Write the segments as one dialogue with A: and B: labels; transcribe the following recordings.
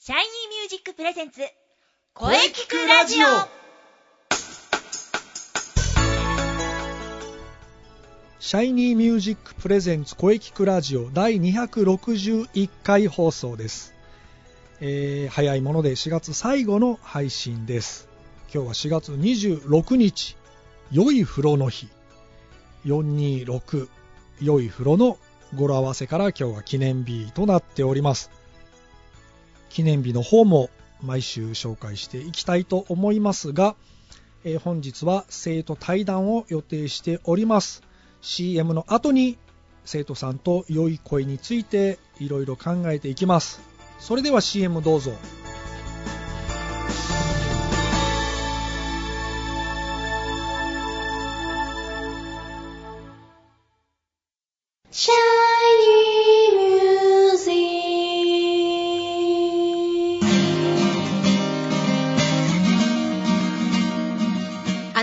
A: シャイニーミュージックプレゼンツ
B: 声聞くラジオ
C: シャイニーミュージックプレゼンツ声聞くラジオ第261回放送です、えー早いもので4月最後の配信です今日は4月26日良い風呂の日426良い風呂の語呂合わせから今日は記念日となっております記念日の方も毎週紹介していきたいと思いますが、えー本日は生徒対談を予定しております CM の後に生徒さんと良い声についていろいろ考えていきますそれでは CM どうぞ
A: シャイニーミュージックあ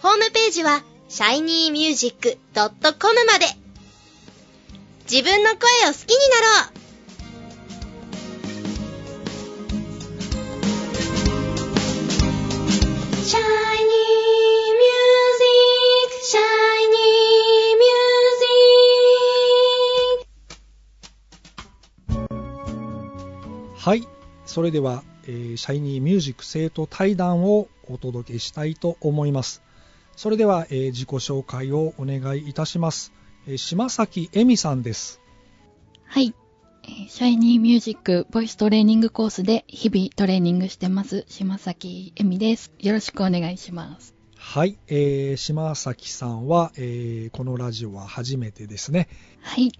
A: ホームページは shinymusic.com まで自分の声を好きになろうシャイニーミュージック、シャイニーミュージック。
C: はいそれでは、えーシャイニーミュージック生徒対談をお届けしたいと思いますそれでは、えー自己紹介をお願いいたします、えー島崎恵美さんです
D: はい。えーシャイニーミュージックボイストレーニングコースで日々トレーニングしてます、島崎恵美です。よろしくお願いします。
C: はい、えー島崎さんは、えーこのラジオは初めてですね
D: はい。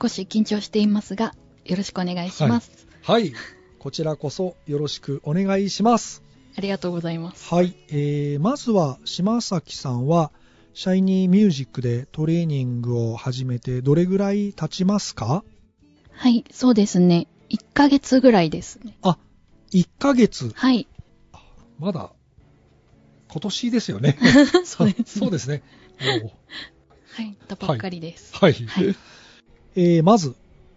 D: 少し緊張していますが、よろしくお願いします。
C: はいこちらこそよろしくお願いします
D: ありがとうございます。
C: はい、えーまずは島崎さんは、シャイニーミュージックでトレーニングを始めてどれぐらい経ちますか
D: はい、そうですね。1ヶ月ぐらいですね。
C: ?1 ヶ月。
D: はい。
C: まだ、今年ですよね。
D: そうです、ね。
C: そうですね。もう
D: はい。たばっかりです。
C: はい。
D: はい
C: えーまず、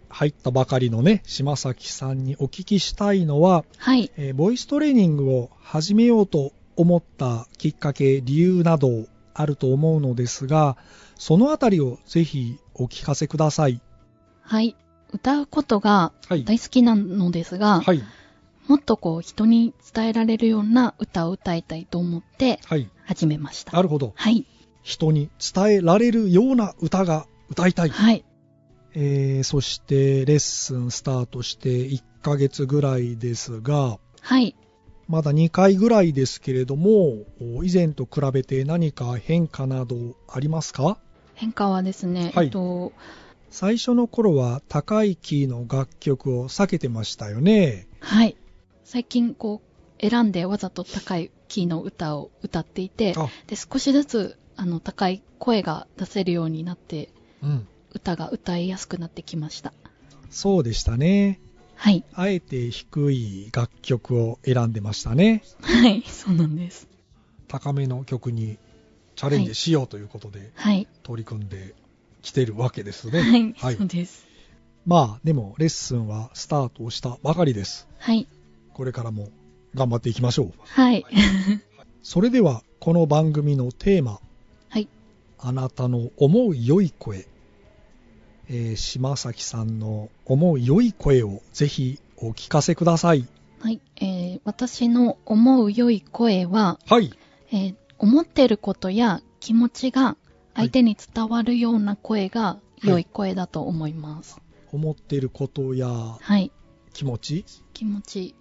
C: 入ったばかりのね、島崎さんにお聞きしたいのは、
D: はい。
C: えーボイストレーニングを始めようと思ったきっかけ、理由などあると思うのですが、そのあたりをぜひお聞かせください。
D: はい。歌うことが
C: はい。
D: 大好きなのですが、
C: はい。
D: もっとこう人に伝えられるような歌を歌いたいと思って
C: はい。
D: 始めました。
C: なるほど。
D: はい。
C: 人に伝えられるような歌が歌いたい。
D: はい。
C: えー、そして、レッスンスタートして1ヶ月ぐらいですが、
D: はい。
C: まだ2回ぐらいですけれども、お以前と比べて何か変化などありますか
D: 変化はですね、
C: はい
D: えっと、
C: 最初の頃は高いキーの楽曲を避けてましたよね。
D: はい。最近、こう、選んでわざと高いキーの歌を歌っていて、
C: あ、
D: で、少しずつ、あの、高い声が出せるようになって、
C: うん。
D: 歌が歌いやすくなってきました。
C: そうでしたね。
D: はい。
C: あえて低い楽曲を選んでましたね。
D: はい、そうなんです。
C: 高めの曲にチャレンジしようということで、
D: はい。
C: 取り組んできてるわけですね。
D: はい、
C: はい
D: そうです。
C: まあ、でも、レッスンはスタートしたばかりです。
D: はい。
C: これからも頑張っていきましょう。
D: はい。
C: それでは、この番組のテーマ。
D: はい。
C: あなたの思う良い声。えー島崎さんの思う良い声をぜひお聞かせください。
D: はい。えー、私の思う良い声は、
C: はい。
D: えー思ってることや気持ちが相手に伝わるような声が
C: い
D: 良い声だと思います。
C: 思っていることや
D: はい。
C: 気持ち
D: 気持ち。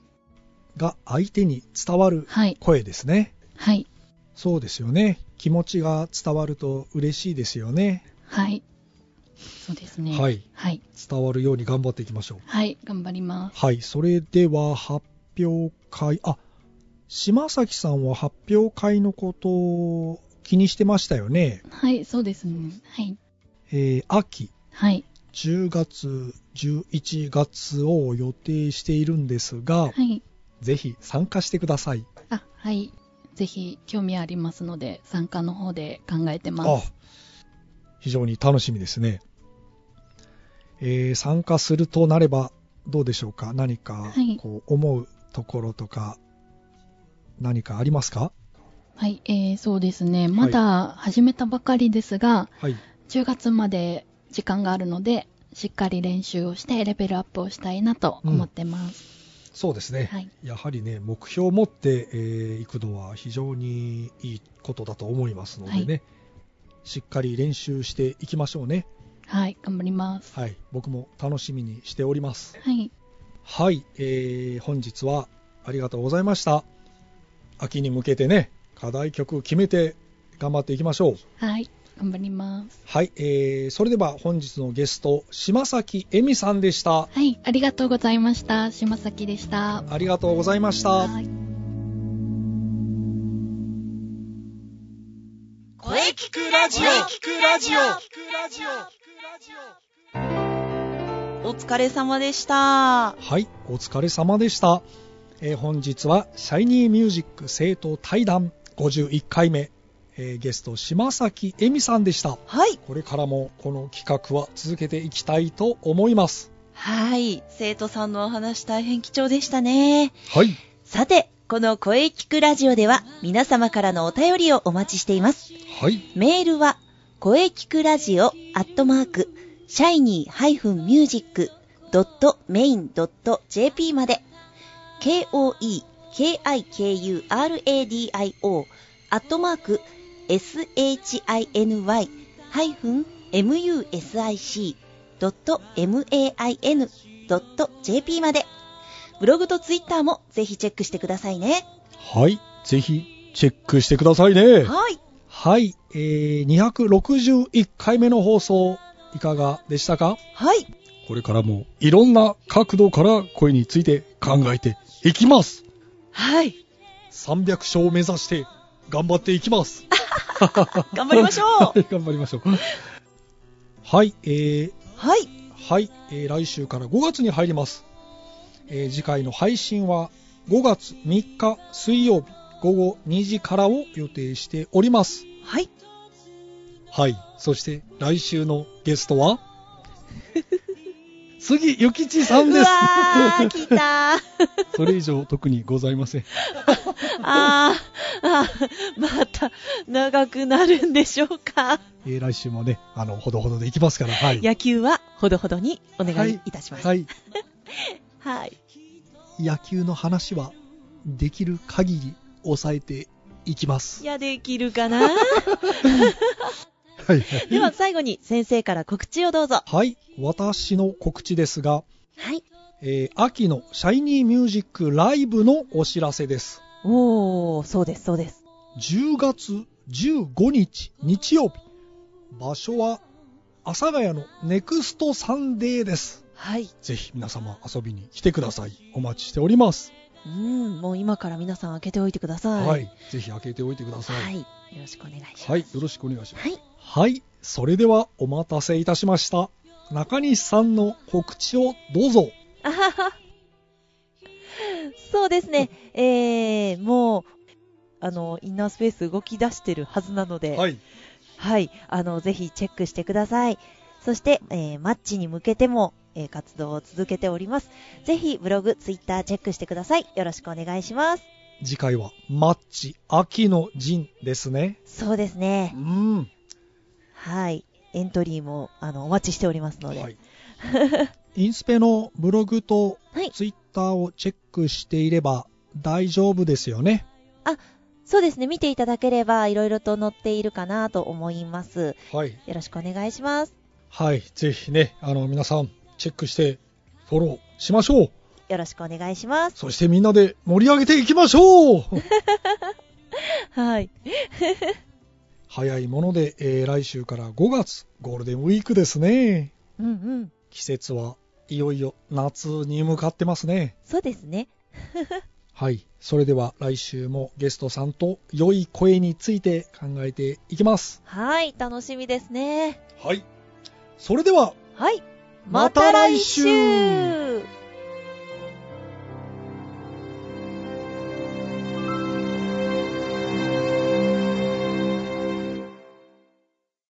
C: が相手に伝わる
D: はい。
C: 声ですね。
D: はい。
C: そうですよね。気持ちが伝わると嬉しいですよね。
D: はい。そうですね。
C: はい
D: はい。
C: 伝わるように頑張っていきましょう
D: はい頑張ります。
C: はいそれでは発表会あ島崎さんは発表会のことを気にしてましたよね
D: はい、そうですね。はい。
C: えー秋
D: はい。
C: 10月11月を予定しているんですが、
D: はい。
C: ぜひ参加してください
D: あ、はい。ぜひ、興味ありますので、参加の方で考えてま
C: あ
D: す。
C: 非常に楽しみですね、えー参加するとなればどうでしょうか何か
D: はい
C: こう思うところとか何かありますか
D: はい、えー、そうですね。まだ始めたばかりですが、
C: はい
D: 10月まで時間があるので、しっかり練習をして、レベルアップをしたいなと思ってます。
C: そうですね、
D: はい。
C: やはりね目標を持ってえーいくのは非常にいいことだと思いますのでね、
D: は
C: しっかり練習していきましょうね
D: はい、頑張ります。
C: はい僕も楽しみにしております
D: はい。
C: はい、えー本日はありがとうございました。秋に向けてね、課題曲決めて頑張っていきましょう。
D: はい、頑張ります。
C: はい、えーそれでは本日のゲスト、島崎恵美さんでした。
D: はい、ありがとうございました。島崎でした。
C: ありがとうございました。
D: はい。
B: 声聞くラジオ
A: 声
B: 聞くラジオ
E: お疲れ様でした。
C: はい、お疲れ様でした。えー本日は、シャイニーミュージック生徒対談51回目、えーゲスト、島崎恵美さんでした。
E: はい。
C: これからもこの企画は続けていきたいと思います。
E: はい。生徒さんのお話大変貴重でしたね。
C: はい。
E: さて、この声聞くラジオでは皆様からのお便りをお待ちしています。
C: はい。
E: メールは、声聞くラジオアットマーク、シャイニー -music.main.jp まで、k-o-e-k-i-k-u-r-a-d-i-o アットマーク、shiny-music.main.jp まで、ブログとツイッターもぜひチェックしてくださいね。
C: はい、ぜひチェックしてくださいね。
E: はい。
C: はい、えー、261回目の放送、いかがでしたか
E: はい。
C: これからもいろんな角度から声について考えていきます。
E: はい。
C: 300勝を目指して頑張っていきます。
E: 頑張りましょ う。
C: う 頑張りましょう。はい、えー、
E: はい。
C: はい、えー来週から5月に入ります、えー次回の配信は5月3日水曜日午後2時からを予定しております
E: はい。
C: はいそして来週のゲスト は杉ゆきちさん
E: う
C: で
E: わ
C: す
E: ー、来 たー。
C: それ以上特にございません
E: あー、あーまた、長くなるんでしょうか。
C: えー来週もねあのほどほどでいきますからはい
E: 野球は、ほどほどにお願いいたします。は。
C: はいい、
E: はい。
C: 野球の話はできる限り抑えていきます
E: いや、できるかな
C: はい
E: では、最後に先生から告知をどうぞ。
C: はい、私の告知ですが、
E: はい。
C: えー秋のシャイニーミュージックライブのお知らせです。
E: おー、そうです、そうです。
C: 10月15日日曜日、場所は阿佐ヶ谷のネクストサンデーです。
E: はい。
C: ぜひ皆様遊びに来てください。お待ちしております。
E: うん、もう今から皆さん開けておいてください。
C: はい、。ぜひ開けておいてください。
E: は
C: はい、
E: い。よろしくお願いします。
C: よろしくお願いします。
E: はい。
C: はい、それではお待たせいたしました。中西さんの告知をどうぞ。
E: あはは。そうですね。えー、もう、あの、インナースペース動き出してるはずなので、はい。
C: い、
E: あの、ぜひチェックしてください。そして、えーマッチに向けても、えー活動を続けております。ぜひ、ブログ、ツイッターチェックしてください。よろしくお願いします。
C: 次回はマッチ秋の陣ですね。
E: そうですね
C: う。ん。
E: はい。エントリーも、あの、お待ちしておりますので。
C: はい、 インスペのブログと
E: はい
C: ツイッターをチェックしていれば大丈夫ですよね。
E: そうですね。見ていただければ、いろいろと載っているかなと思います。
C: はい。
E: よろしくお願いします。
C: はい。ぜひね、あの、皆さんチェックしてフォローしましょう。
E: よろしくお願いします。
C: そしてみんな で盛り上げていきましょう
E: はい。
C: 早いもので、えー来週から5月ゴールデンウィークですね
E: うんうん。
C: 季節はいよいよ夏に向かってますね
E: そうですね。
C: はいそれでは来週もゲストさんと良い声について考えていきます
E: はい、楽しみですね。
C: はいそれでは
E: はい。
C: また来週